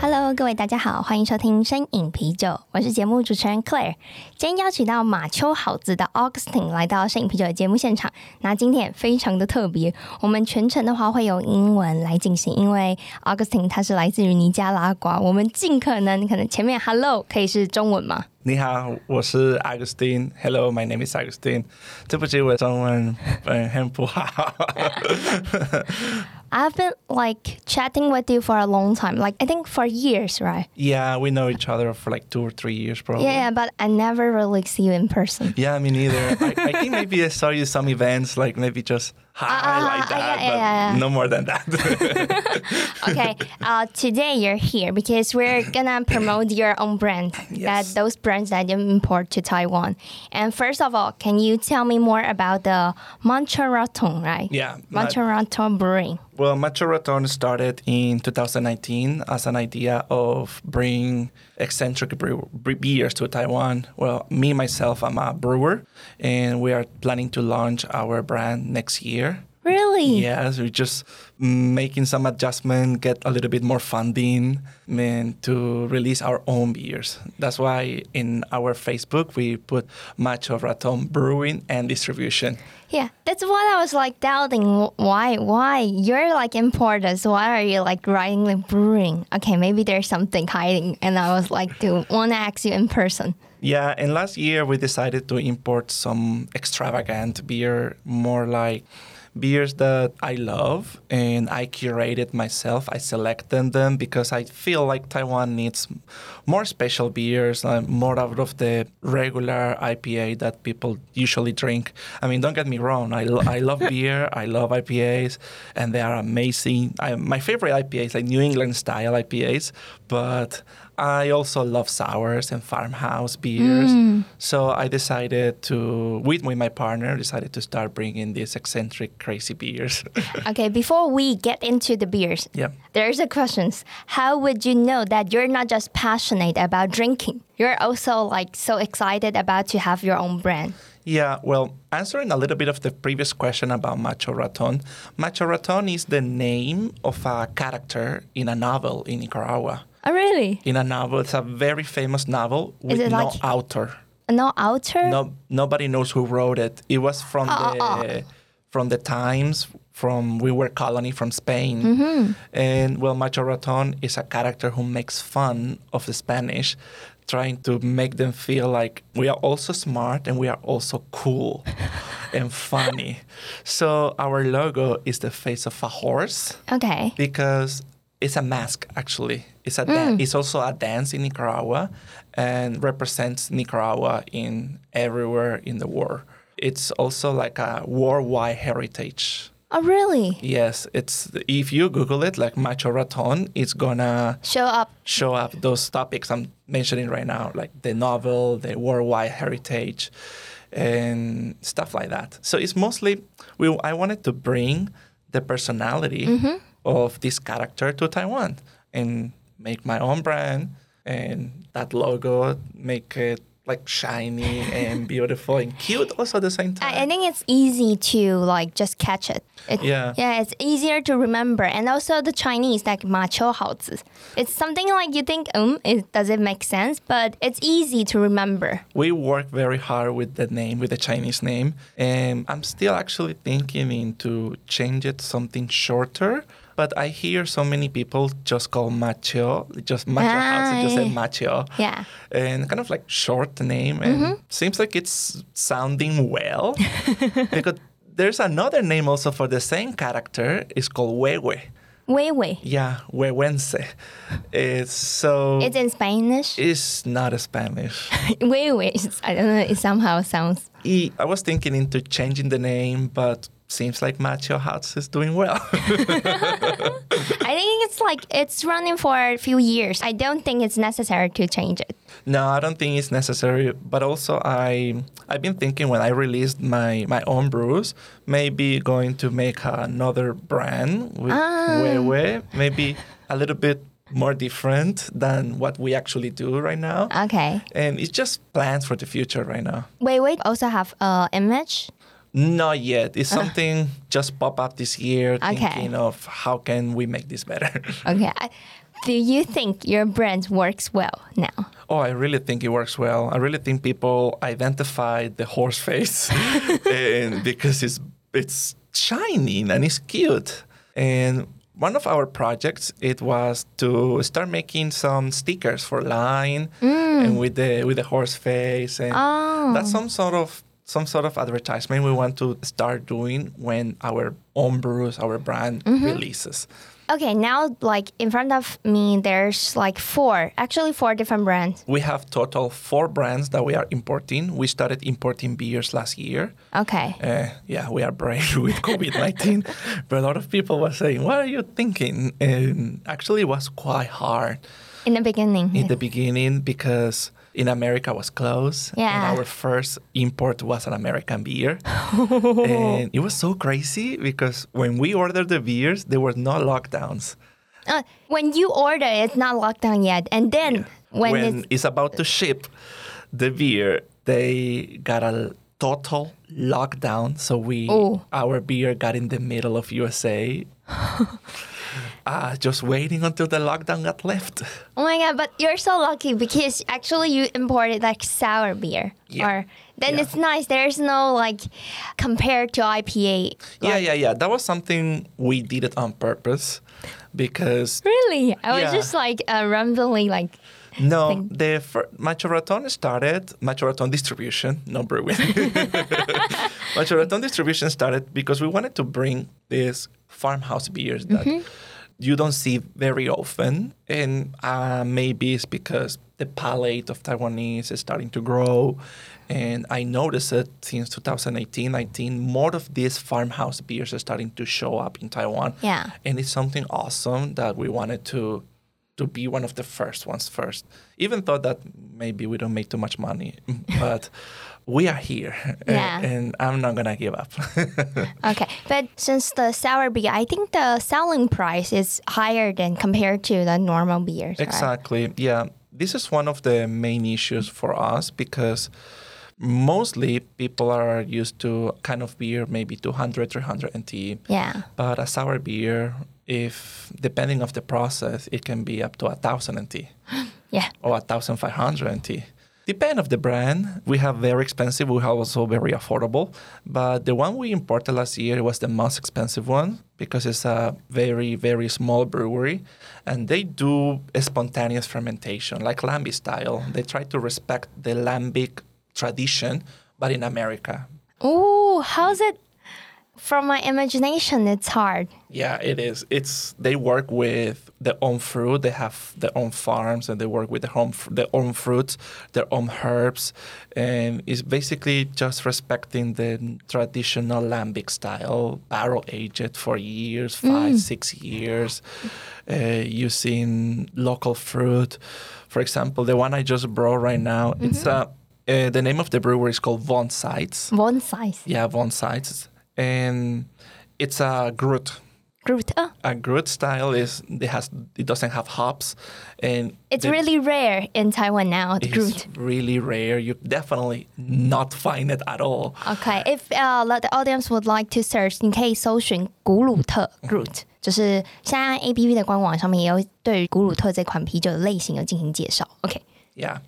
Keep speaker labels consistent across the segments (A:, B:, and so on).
A: Hello，各位大家好，欢迎收听《深饮啤酒》，我是节目主持人 Claire。今天邀请到马秋好子的 Augustine 来到《深饮啤酒》的节目现场。那今天也非常的特别，我们全程的话会用英文来进行，因为 Augustine 他是来自于尼加拉瓜，我们尽可能可能前面 Hello 可以是中文嘛？
B: 你好，我是 Augustine。Hello, my name is Augustine。对不起，我中文 嗯很不好。
A: I've been like chatting with you for a long time, like I think for years, right?
B: yeah, we know each other for like two or three years, probably.
A: Yeah, yeah, but I never really see you in person.
B: Yeah, me neither. I, I think maybe I saw you some events, like maybe just hi
A: ah,
B: like
A: ah,
B: that,
A: yeah,
B: but
A: yeah, yeah.
B: no more than that.
A: Okay, uh, today you're here because we're gonna promote your own brand,
B: Yes.
A: that those brands that you import to Taiwan. And first of all, can you tell me more about the Mancha Raton, right?
B: Yeah, my-
A: Mancha Raton Brewing.
B: well, Macho Raton started in 2019 as an idea of bringing eccentric brew- bre- beers to Taiwan. Well, me myself, I'm a brewer, and we are planning to launch our brand next year.
A: Really?
B: Yes, we're just making some adjustment, get a little bit more funding, man, to release our own beers. That's why in our Facebook we put Macho Raton Brewing and Distribution.
A: Yeah, that's what I was like doubting. wh- Why? Why you're like importers? Why are you like writing like brewing? Okay, maybe there's something hiding, and I was like to want to ask you in person.
B: Yeah, and last year we decided to import some extravagant beer, more like beers that I love and I curated myself. I selected them because I feel like Taiwan needs more special beers, uh, more out of the regular IPA that people usually drink. I mean, don't get me wrong, I, lo- I love beer, I love IPAs, and they are amazing. I, my favorite IPAs, like New England style IPAs, but I also love sours and farmhouse beers.
A: Mm.
B: So I decided to, with, with my partner, decided to start bringing these eccentric, crazy beers.
A: Okay, before we get into the beers,
B: yeah.
A: There's a question. How would you know that you're not just passionate about drinking? You're also like so excited about to have your own brand.
B: Yeah, well, answering a little bit of the previous question about Macho Raton, Macho Raton is the name of a character in a novel in Nicaragua.
A: Oh, really?
B: In a novel, it's a very famous novel with
A: it
B: no
A: like-
B: author.
A: No outer?
B: No, nobody knows who wrote it. It was from the from the times from we were colony from Spain, and well, Macho Raton is a character who makes fun of the Spanish, trying to make them feel like we are also smart and we are also cool and funny. So our logo is the face of a horse
A: Okay.
B: because it's a mask actually it's a dan- it's also a dance in nicaragua and represents nicaragua in everywhere in the world it's also like a worldwide heritage
A: Oh, really?
B: yes it's if you google it like macho raton it's gonna
A: Show up.
B: show up those topics i'm mentioning right now like the novel the worldwide heritage and stuff like that so it's mostly we i wanted to bring the personality
A: Mm-hmm.
B: of this character to taiwan and make my own brand and that logo make it like shiny and beautiful and cute also at the same time
A: I, I think it's easy to like just catch it. It-
B: Yeah.
A: Yeah, it's easier to remember. And also the Chinese, like macho haozi. It's something like you think, um, it, does it make sense? But it's easy to remember.
B: we work very hard with the name, with the Chinese name, and I'm still actually thinking into change it something shorter. But I hear so many people just call Macho, just Macho House, they just say
A: Aye.
B: Macho.
A: Yeah. Mm-hmm.
B: And kind of like short name, and seems like it's sounding well because there's another name also for the same character. It's called Wewe.
A: Wei wei.
B: Yeah, Wewense. It's so.
A: It's in Spanish.
B: it's not a Spanish.
A: Wei wei. is- I don't know. It somehow sounds
B: E- I was thinking into changing the name, but seems like Macho Hats is doing well.
A: I think it's it's like it's running for a few years. I don't think it's necessary to change it.
B: No, I don't think it's necessary. But also, I I've been thinking when I released my my own brews, maybe going to make another brand with
A: Ah.
B: Wewe, maybe a little bit more different than what we actually do right now.
A: Okay.
B: And it's just plans for the future right now.
A: Wait, wait. Also have uh, image.
B: Not yet. It's something just pop up this year,
A: Ah. Okay.
B: thinking of how can we make this better.
A: Okay. I, do you think your brand works well now?
B: Oh, I really think it works well. I really think people identify the horse face and because it's it's shining and it's cute. And one of our projects it was to start making some stickers for line and with the with the horse face and that's some sort of some sort of advertisement we want to start doing when our own brews, our brand releases.
A: Okay, now like in front of me, there's like four, actually four different brands.
B: We have total four brands that we are importing. We started importing beers last year.
A: Okay.
B: Uh, yeah, we are brave with COVID 19. but a lot of people were saying, What are you thinking? And actually, it was quite hard
A: In the beginning.
B: in the beginning because in America was closed.
A: Yeah.
B: And our first import was an American beer. and it was so crazy because when we ordered the beers, there were no lockdowns.
A: Uh, when you order, it's not lockdown yet. And then when,
B: When,
A: it's
B: it's, about to ship the beer, they got a total lockdown. So we
A: Oh.
B: our beer got in the middle of USA. uh, just waiting until the lockdown got left.
A: oh my god, but you're so lucky because actually you imported like sour beer.
B: Yeah.
A: Or then
B: Yeah.
A: it's nice. There's no like compared to IPA.
B: yeah, yeah, yeah. That was something we did it on purpose because
A: Really? I was
B: Yeah.
A: just like uh, randomly like
B: No, the fir- Machoraton started, Machoraton distribution, no brewing. Machoraton distribution started because we wanted to bring these farmhouse beers that you don't see very often. And uh, maybe it's because the palate of Taiwanese is starting to grow. And I noticed it since 2018, 19, more of these farmhouse beers are starting to show up in Taiwan.
A: Yeah.
B: And it's something awesome that we wanted to to be one of the first ones first. Even though that maybe we don't make too much money, but we are here. a-
A: Yeah.
B: And I'm not gonna give up.
A: Okay, but since the sour beer, I think the selling price is higher than compared to the normal beers. right?
B: Exactly. Yeah. This is one of the main issues for us because mostly people are used to kind of beer maybe 200 300 nt
A: Yeah.
B: E. but a sour beer if depending of the process it can be up to a thousand E. nt
A: Yeah.
B: or 1500 Depend of the brand. We have very expensive, we have also very affordable. But the one we imported last year was the most expensive one because it's a very, very small brewery and they do a spontaneous fermentation, like lambic style. They try to respect the lambic tradition, but in America.
A: Ooh, how's it? From my imagination, it's hard.
B: Yeah, it is. It's they work with their own fruit. They have their own farms, and they work with their own fr- their own fruits, their own herbs, and it's basically just respecting the traditional lambic style, barrel aged for years, five, six years, uh, using local fruit. For example, the one I just brought right now, it's a. Uh, the name of the brewery is called Von Sites.
A: One size.
B: Yeah, Von Sites. And it's a Groot
A: Groot. Oh,
B: a Groot style is it has it doesn't have hops, and
A: it's
B: the-
A: really rare in Taiwan now, the
B: it's
A: Groot.
B: really rare. You definitely not find it at all.
A: Okay, if uh, let the audience would like to search，你可以搜寻古鲁特 Groot，就是现在 A P P 的官网上面也有对于古鲁特这款啤酒的类型有进行介绍。OK，
B: Yeah,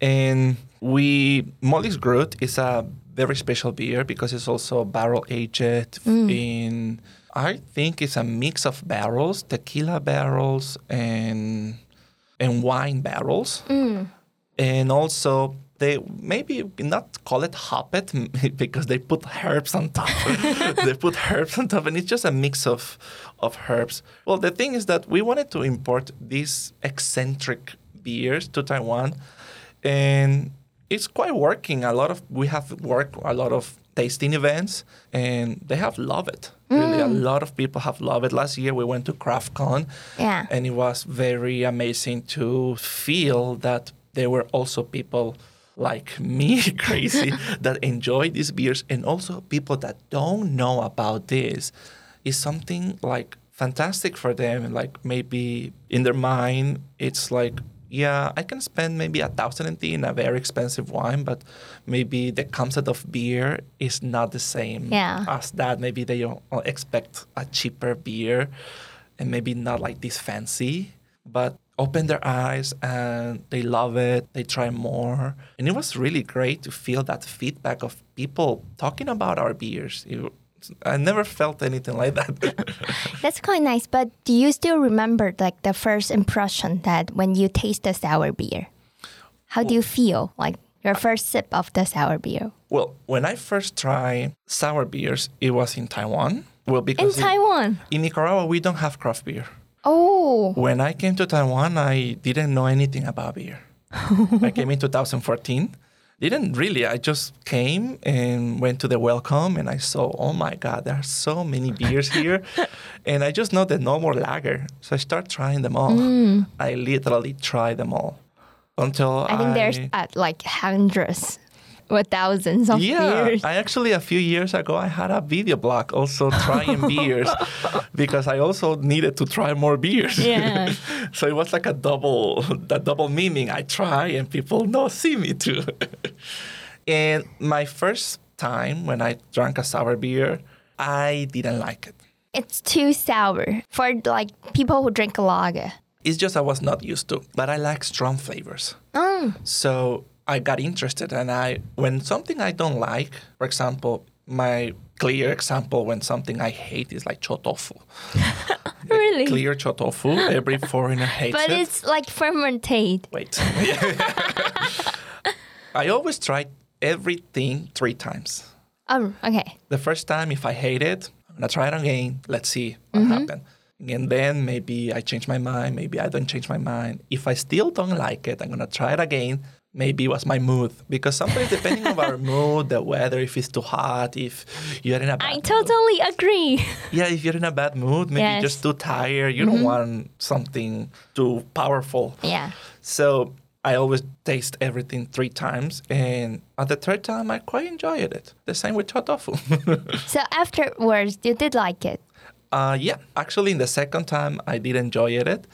B: and we Molly's Groot is a very special beer because it's also barrel aged
A: Mm.
B: in. I think it's a mix of barrels, tequila barrels, and and wine barrels. and also they maybe not call it hoppet because they put herbs on top. they put herbs on top, and it's just a mix of of herbs. Well, the thing is that we wanted to import these eccentric beers to Taiwan, and it's quite working. A lot of we have worked a lot of tasting events, and they have loved it. Really, a lot of people have loved it. Last year, we went to CraftCon,
C: Yeah.
B: and it was very amazing to feel that there were also people like me, crazy, that enjoy these beers, and also people that don't know about this. Is something like fantastic for them. Like maybe in their mind, it's like, yeah, I can spend maybe a thousand and in a very expensive wine, but maybe the concept of beer is not the same
C: Yeah.
B: as that. Maybe they don't expect a cheaper beer and maybe not like this fancy, but open their eyes and they love it. They try more. And it was really great to feel that feedback of people talking about our beers. It- I never felt anything like that.
A: That's quite nice. But do you still remember like the first impression that when you taste the sour beer? How do you feel like your first sip of the sour beer
B: well, when I first tried sour beers, it was in Taiwan. Well,
A: in
B: because
A: Taiwan?
B: in Nicaragua we don't have craft beer.
A: Oh,
B: When I came to Taiwan, I didn't know anything about beer. I came in 2014. Didn't really. I just came and went to the welcome, and I saw, oh my God, there are so many beers here, and I just know the normal lager. So I start trying them all. I literally tried them all until
A: Mm. I think there's uh, like hundreds or thousands of
B: yeah,
A: beers.
B: I actually a few years ago I had a video blog also trying beers because I also needed to try more beers.
A: Yeah.
B: so it was like a double the double meaning. I try and people no see me too. and my first time when I drank a sour beer, I didn't like it.
A: It's too sour for like people who drink lager.
B: It's just I was not used to, but I like strong flavors.
A: Mm.
B: So I got interested, and I when something I don't like, for example, my clear example when something I hate is like chotofu.
A: Really?
B: Clear chotofu, every foreigner hates
A: But
B: it.
A: it's like fermented.
B: Wait. I always try everything three times.
A: Oh, okay.
B: The first time, if I hate it, I'm gonna try it again. Let's see what
A: Mm-hmm.
B: happens. And then maybe I change my mind. Maybe I don't change my mind. If I still don't like it, I'm gonna try it again. Maybe it was my mood because sometimes depending on our mood, the weather, if it's too hot, if you're in a bad
A: I
B: mood.
A: totally agree.
B: yeah, if you're in a bad mood, maybe
A: Yes. Mm-hmm.
B: you're just too tired. You don't want something too powerful.
A: yeah.
B: So I always taste everything three times, and at the third time, I quite enjoyed it. The same with hot tofu.
A: So afterwards, you did like it.
B: Uh, yeah, actually, in the second time, I did enjoy it.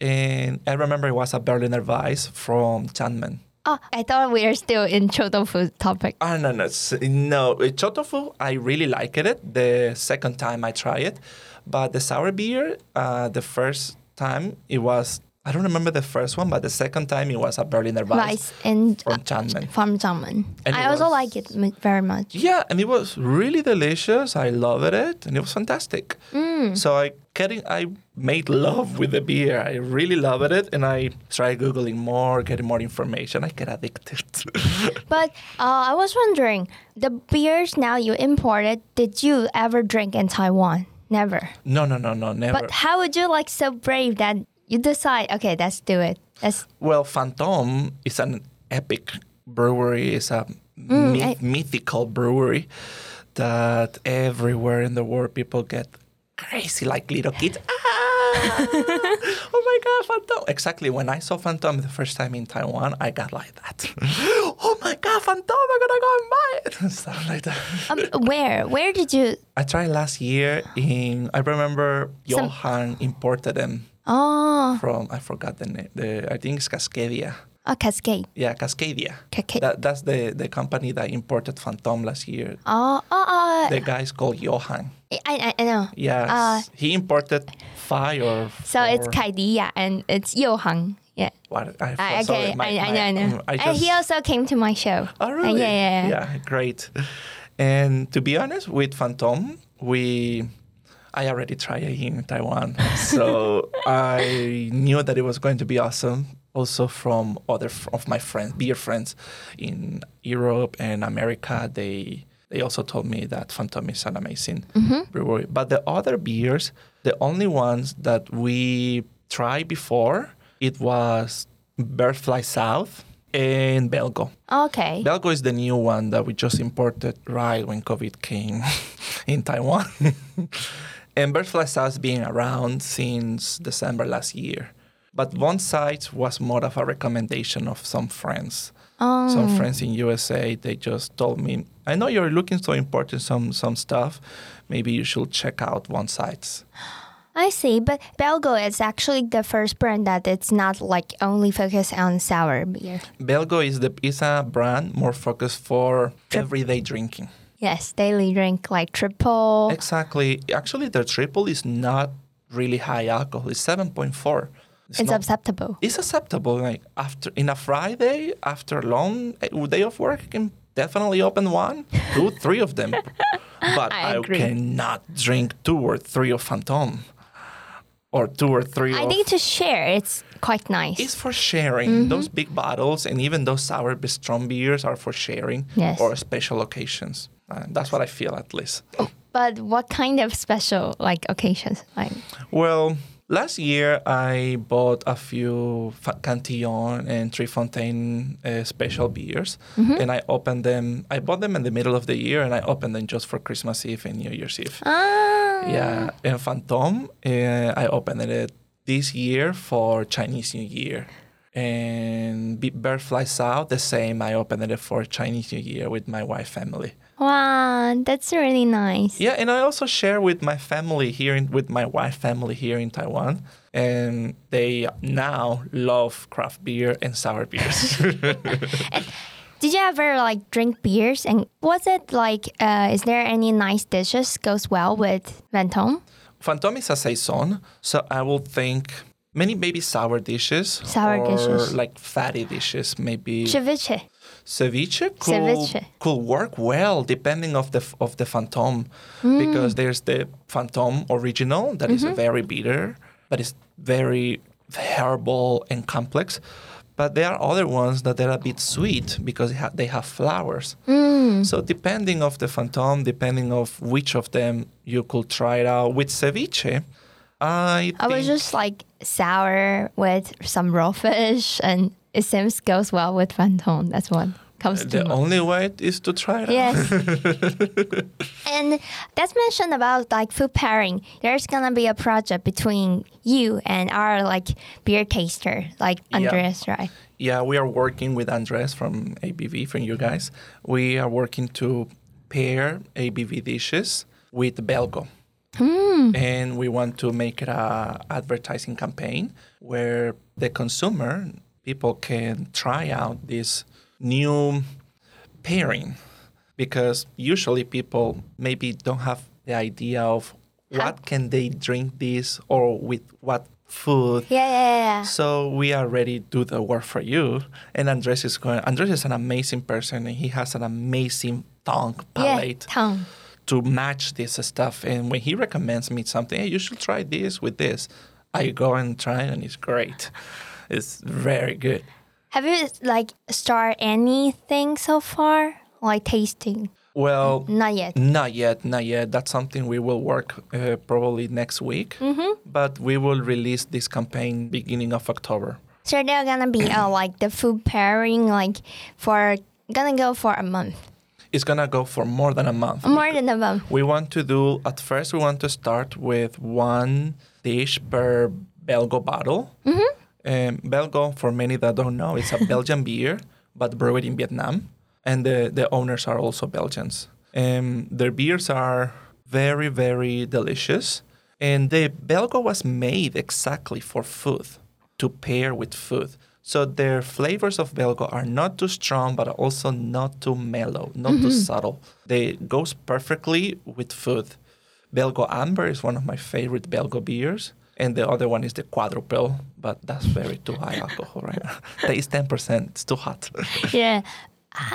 B: And I remember it was a Berliner Weiss from Chanman.
A: Oh, I thought we are still in Chotofu topic.
B: Ah, no, no, s- no. eh, Chotofu, I really liked it the second time I tried it. But the sour beer, uh, the first time, it was, I don't remember the first one, but the second time, it was a Berliner Weiss
A: Rice and uh,
B: from Chanman.
A: farm ramen.
B: And
A: I
B: it
A: also
B: was-
A: like it m- very much.
B: Yeah, and it was really delicious. I loved it, and it was fantastic. So I getting I made love with the beer. I really loved it, and I tried googling more, getting more information. I get addicted.
A: But uh, I was wondering, the beers now you imported, did you ever drink in Taiwan? Never.
B: no, no, no, no, never.
A: But how would you like so brave that you decide, okay, let's do it. Let's,
B: well, Phantom is an epic brewery. It's a myth- mythical brewery that everywhere in the world people get crazy like little kids. Ah! oh my god, Phantom! Exactly. When I saw Phantom the first time in Taiwan, I got like that. oh my god, Phantom! I'm gonna go and buy it. Stuff like that.
A: um, where? Where did you?
B: I tried last year in. I remember
A: Some-
B: Johan imported them
A: Oh,
B: from. I forgot the name. The, I think it's Cascadia.
A: a Cascade.
B: Yeah, Cascadia.
A: Cascade.
B: That, that's the, the company that imported Phantom last year.
A: oh, oh, oh.
B: The guy's called Johan.
A: I, I, I know.
B: Yes. he imported five or
A: Uh, So it's
B: four-
A: Kaidiya and it's Yohang. Yeah.
B: What? I,
A: I, okay,
B: sorry, my-
A: I, I
B: my-
A: know, I know.
B: um, I
A: And he
B: just-
A: also came to my show.
B: Oh,
A: Uh,
B: really?
A: Yeah, yeah, yeah.
B: great. And to be honest, with Phantom, we I already tried it in Taiwan, so I knew that it was going to be awesome. Also from other f- of my friends, beer friends in Europe and America, they they also told me that Phantom is an amazing
A: Mm-hmm.
B: brewery. But the other beers, the only ones that we tried before, it was Birdfly South and Belgo.
A: Okay.
B: Belgo is the new one that we just imported right when COVID came in Taiwan. and Birdfly Sauce being around since December last year. But Bonsai was more of a recommendation of some friends.
A: Um,
B: Some friends in USA, they just told me, I know you're looking so important some some stuff. Maybe you should check out one sites.
A: I see, but Belgo is actually the first brand that it's not like only focused on sour beer.
B: Belgo is the is a brand more focused for everyday drinking.
A: Yes, daily drink like triple.
B: Exactly. Actually, their triple is not really high alcohol. It's seven point four.
A: it's acceptable.
B: It's acceptable. Like after in a Friday after a long eh, day of work, I can definitely open one, two, three of them. But
A: I
B: I,
A: agree.
B: cannot drink two or three of Phantom, or two or three.
A: I
B: of,
A: think Mm-hmm. to share, it's quite nice.
B: it's for sharing. Those big bottles and even those sour be- strong beers are for sharing
A: Yes.
B: or special occasions. Uh, that's what I feel at least.
A: but what kind of special like occasions? Like
B: Well, last year I bought a few Fa- Cantillon and Three Fontaine uh, special beers, and I opened them. I bought them in the middle of the year, and I opened them just for Christmas Eve and New Year's Eve.
A: ah,
B: Yeah, and Phantom, uh, I opened it this year for Chinese New Year. And Be- Bird Flies Out, the same. I opened it for Chinese New Year with my wife family.
A: wow, that's really nice.
B: Yeah, and I also share with my family here, in, with my wife family here in Taiwan, and they now love craft beer and sour beers.
A: Did you ever like drink beers and was it like uh, is there any nice dishes goes well with Ventome?
B: Phantom is a saison, so I will think many maybe sour dishes,
A: Sour
B: or
A: dishes.
B: like fatty dishes, maybe
A: Ceviche.
B: ceviche could,
A: Ceviche.
B: could work well depending of the f- of the phantom
A: Mm.
B: because there's the phantom original that is
A: Mm-hmm.
B: very bitter that is very herbal and complex but there are other ones that they're a bit sweet because it ha- they have flowers
A: Mm.
B: so depending of the phantom depending of which of them you could try it out with ceviche i,
A: I was
B: think-
A: just like sour with some raw fish and it seems goes well with Ventome. That's what comes to
B: the
A: mind.
B: only way is to try it out.
A: Yes. and that's mentioned about like food pairing. There's gonna be a project between you and our like beer taster, like Andreas, right?
B: Yeah, we are working with Andres from ABV, from you guys. We are working to pair ABV dishes with Belgo. And we want to make it a advertising campaign where the consumer, people can try out this new pairing because usually people maybe don't have the idea of what can they drink this or with what food
A: Yeah, yeah, yeah.
B: so we already do the work for you. And Andres is going. Andres is an amazing person, and he has an amazing tongue
A: Yeah,
B: palate
A: tongue.
B: to match this stuff. And when he recommends me something, hey, you should try this with this. I go and try, it, and it's great. It's very good.
A: Have you like started anything so far? Like tasting?
B: Well,
A: Not yet.
B: Not yet, not yet. That's something we will work uh, probably next week.
A: Mm-hmm.
B: But we will release this campaign beginning of October.
A: So they're gonna be uh, like the food pairing, like for gonna go for a month,
B: It's gonna go for more than a month.
A: more than a month.
B: We want to do at first. We want to start with one dish per Belgo bottle. Mm-hmm. Um, Belgo, for many that don't know, it's a Belgian beer, but brewed in Vietnam, and the the owners are also Belgians. Um, their beers are very very delicious, and the Belgo was made exactly for food to pair with food. So their flavors of Belgo are not too strong, but also not too mellow, not too subtle. They goes perfectly with food. Belgo Amber is one of my favorite Belgo beers, and the other one is the Quadruple, but that's very too high alcohol, right? that is ten percent. It's too hot.
A: yeah.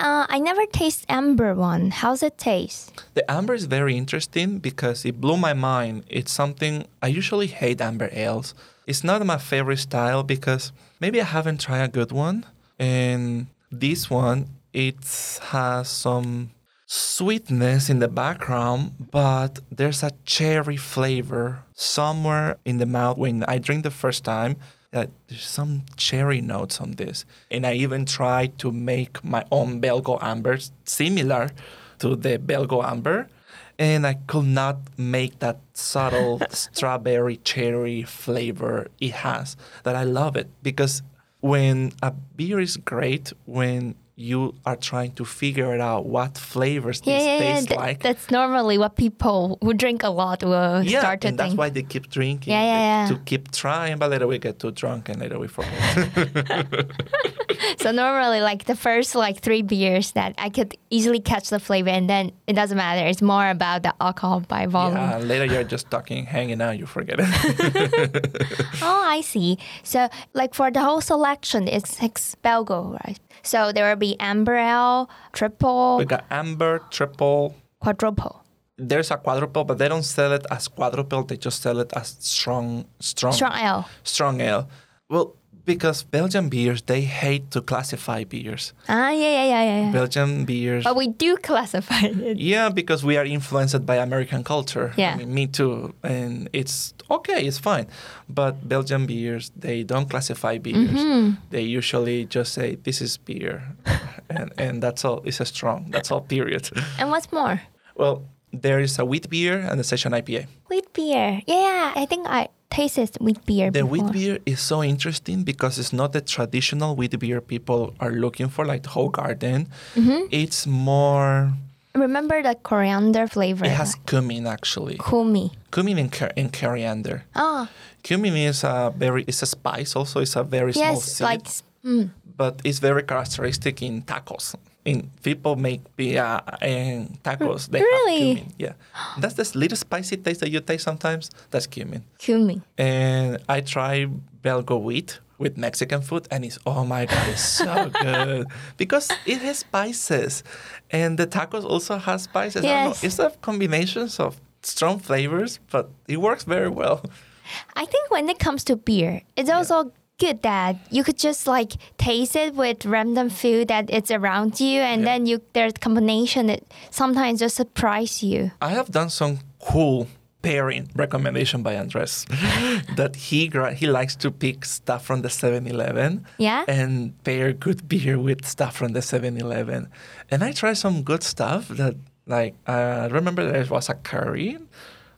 A: Uh, I never taste amber one. How's it taste?
B: The amber is very interesting because it blew my mind. It's something I usually hate amber ales. It's not my favorite style because maybe I haven't tried a good one. And this one, it has some sweetness in the background, but there's a cherry flavor somewhere in the mouth when I drink the first time. uh, there's some cherry notes on this. And I even tried to make my own Belgo amber similar to the Belgo amber. And I could not make that subtle strawberry cherry flavor it has that I love it because when a beer is great when you are trying to figure it out what flavors
A: Yeah,
B: this
A: yeah, yeah.
B: tastes
A: Th-
B: like.
A: That's normally what people who drink a lot will
B: yeah,
A: start to
B: and that's
A: think.
B: why they keep drinking.
A: Yeah, yeah,
B: they-
A: yeah.
B: To keep trying, but later we get too drunk and later we forget.
A: so normally, like the first like three beers that I could easily catch the flavor, and then it doesn't matter. It's more about the alcohol by volume.
B: yeah, later you're just talking, hanging out, you forget it.
A: Oh, I see. So, like for the whole selection, it's six Belgo, right? So there will be amber ale, triple,
B: we got amber, triple.
A: quadruple.
B: There's a quadruple, but they don't sell it as quadruple. They just sell it as strong, strong,
A: Strong ale.
B: strong ale. Well, because Belgian beers, they hate to classify beers.
A: Ah, yeah, yeah, yeah, yeah. yeah.
B: Belgian beers.
A: But we do classify it.
B: Yeah, because we are influenced by American culture.
A: Yeah.
B: I mean, me too. And it's okay, it's fine. But Belgian beers, they don't classify beers. They usually just say, this is beer. and, and that's all. It's a strong. That's all, period.
A: And what's more?
B: well, there is a wheat beer and a session IPA.
A: Wheat beer. Yeah, I think I tasted wheat beer
B: The
A: before.
B: wheat beer is so interesting because it's not the traditional wheat beer people are looking for, like the whole garden. It's more,
A: Remember the coriander flavor?
B: it has cumin actually.
A: kumi.
B: Cumin and, car- and coriander.
A: Oh,
B: Cumin is a very it's a spice also it's a very small
A: yes,
B: seed,
A: like mm,
B: but it's very characteristic in tacos. In people make pia and tacos, they
A: Really?
B: have cumin. Yeah, that's this little spicy taste that you taste sometimes. That's cumin.
A: kumi.
B: And I try Belgo wheat with Mexican food, and it's oh my god, it's so good because it has spices, and the tacos also has spices. I don't
A: Yes.
B: know, it's a combinations of strong flavors, but it works very well.
A: I think when it comes to beer, it's also good that you could just like taste it with random food that it's around you, and
B: Yeah.
A: then you there's combination that sometimes just surprise you.
B: I have done some cool pairing recommendation by Andres that he gra- he likes to pick stuff from the 7-Eleven
A: Yeah?
B: and pair good beer with stuff from the 7-Eleven. And I tried some good stuff that like uh, I remember there was a curry.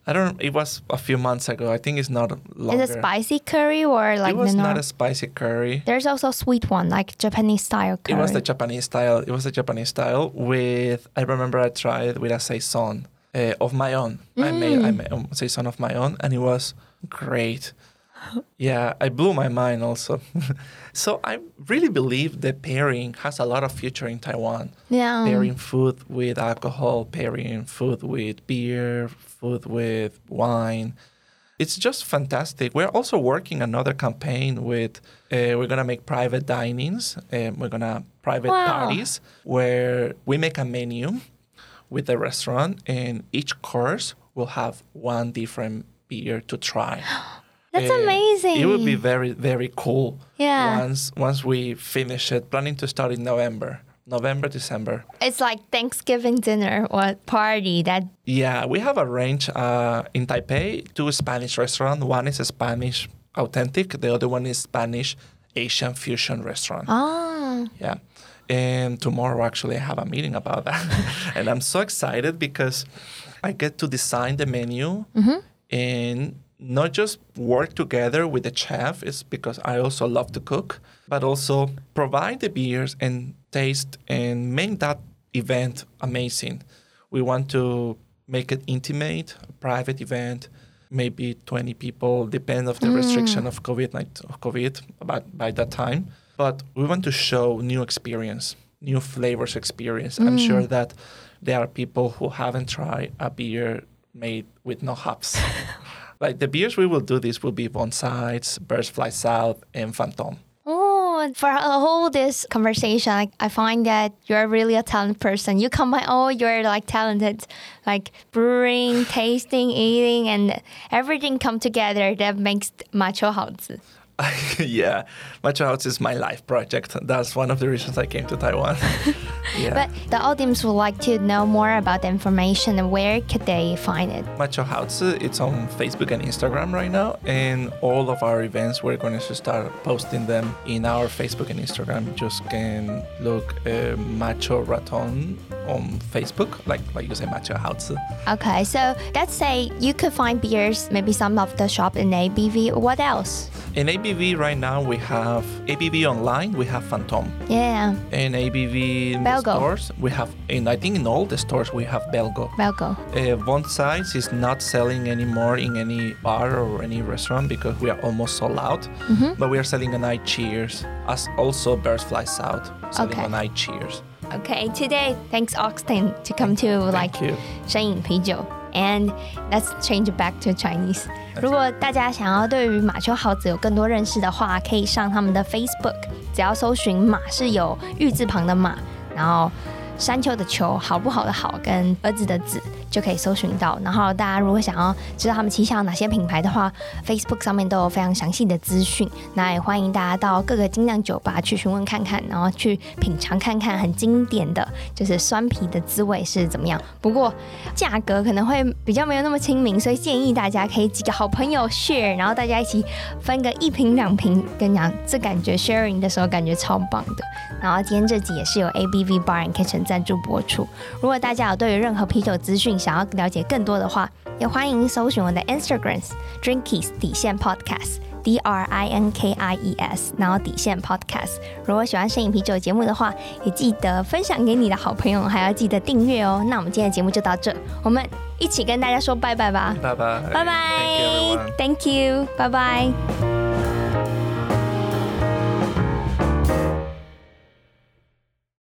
B: I don't it was a few months ago. I think it's not longer.
A: Is it spicy curry or like
B: it was
A: the
B: not
A: norm-
B: a spicy curry.
A: There's also sweet one like Japanese style
B: It
A: curry.
B: was the Japanese style. It was the Japanese style with. I remember I tried with a saison uh, of my own. I made I made a saison of my own, and it was great. Yeah, I blew my mind also. so I really believe that pairing has a lot of future in Taiwan.
A: yeah.
B: Pairing food with alcohol, pairing food with beer, food with wine. It's just fantastic. We're also working another campaign with, uh, we're going to make private dinings, and we're going to private
A: Wow.
B: parties where we make a menu with the restaurant and each course will have one different beer to try.
A: That's
B: And
A: amazing.
B: It would be very, very cool.
A: Yeah.
B: Once once we finish it, planning to start in November, November, December.
A: It's like Thanksgiving dinner or party that
B: Yeah, we have a range uh, in Taipei. Two Spanish restaurants. One is a Spanish authentic. The other one is Spanish Asian fusion restaurant.
A: oh
B: Yeah. And tomorrow, actually, I have a meeting about that. and I'm so excited because I get to design the menu and not just work together with the chef, it's because I also love to cook, but also provide the beers and taste and make that event amazing. We want to make it intimate, a private event, maybe 20 people, depend of the restriction of COVID, night- of COVID but by that time. But we want to show new experience, new flavors experience. I'm sure that there are people who haven't tried a beer made with no hops. like the beers we will do this will be Bonsides, Birds Fly South, and Phantom.
A: Oh, for a whole this conversation, I, I find that you're really a talented person. You combine all your like talented, like brewing, tasting, eating, and everything come together that makes Macho Haozi.
B: yeah, Macho House is my life project. That's one of the reasons I came to Taiwan. yeah.
A: But the audience would like to know more about the information and where could they find it?
B: Macho House, it's on Facebook and Instagram right now, and all of our events we're going to start posting them in our Facebook and Instagram. Just can look uh, Macho Raton on Facebook, like like you say Macho House.
A: Okay, so let's say you could find beers, maybe some of the shop in ABV. What else?
B: In ABV right now we have ABV online, we have Phantom.
A: Yeah,
B: In ABV in the
A: Belgo.
B: stores, we have, and I think in all the stores we have Belgo.
A: Belgo.
B: Uh, Von Size is not selling anymore in any bar or any restaurant because we are almost sold out. But we are selling an eye cheers, as also Birds Fly South selling
A: Okay.
B: an eye cheers.
A: Okay, today thanks Austin to come to like
B: you.
A: 声饮啤酒 and let's change it back to Chinese. 如果大家想要对于马丘豪子有更多认识的话，可以上他们的 Facebook，只要搜寻“马”是有玉字旁的“马”，然后山丘的“丘”，好不好的“好”跟儿子的“子”就可以搜寻到。然后大家如果想要知道他们旗下有哪些品牌的话，Facebook 上面都有非常详细的资讯。那也欢迎大家到各个精酿酒吧去询问看看，然后去品尝看看很经典的，就是酸啤的滋味是怎么样。不过价格可能会比较没有那么亲民，所以建议大家可以几个好朋友 share，然后大家一起分个一瓶两瓶，跟你讲，这感觉 sharing 的时候感觉超棒的。然后今天这集也是由 ABV Bar and Kitchen 赞助播出。如果大家有对于任何啤酒资讯想要了解更多的话，也欢迎搜寻我的 Instagrams Drinkies 底线 Podcast。D R I N K I E S，然后底线 Podcast。如果喜欢摄影啤酒节目的话，也记得分享给你的好朋友，还要记得订阅哦。那我们今天的节目就到这，我们一起跟大家说拜拜吧，
B: Bye bye.
A: 拜
B: Thank you, everyone.
A: 拜，Thank you，拜拜。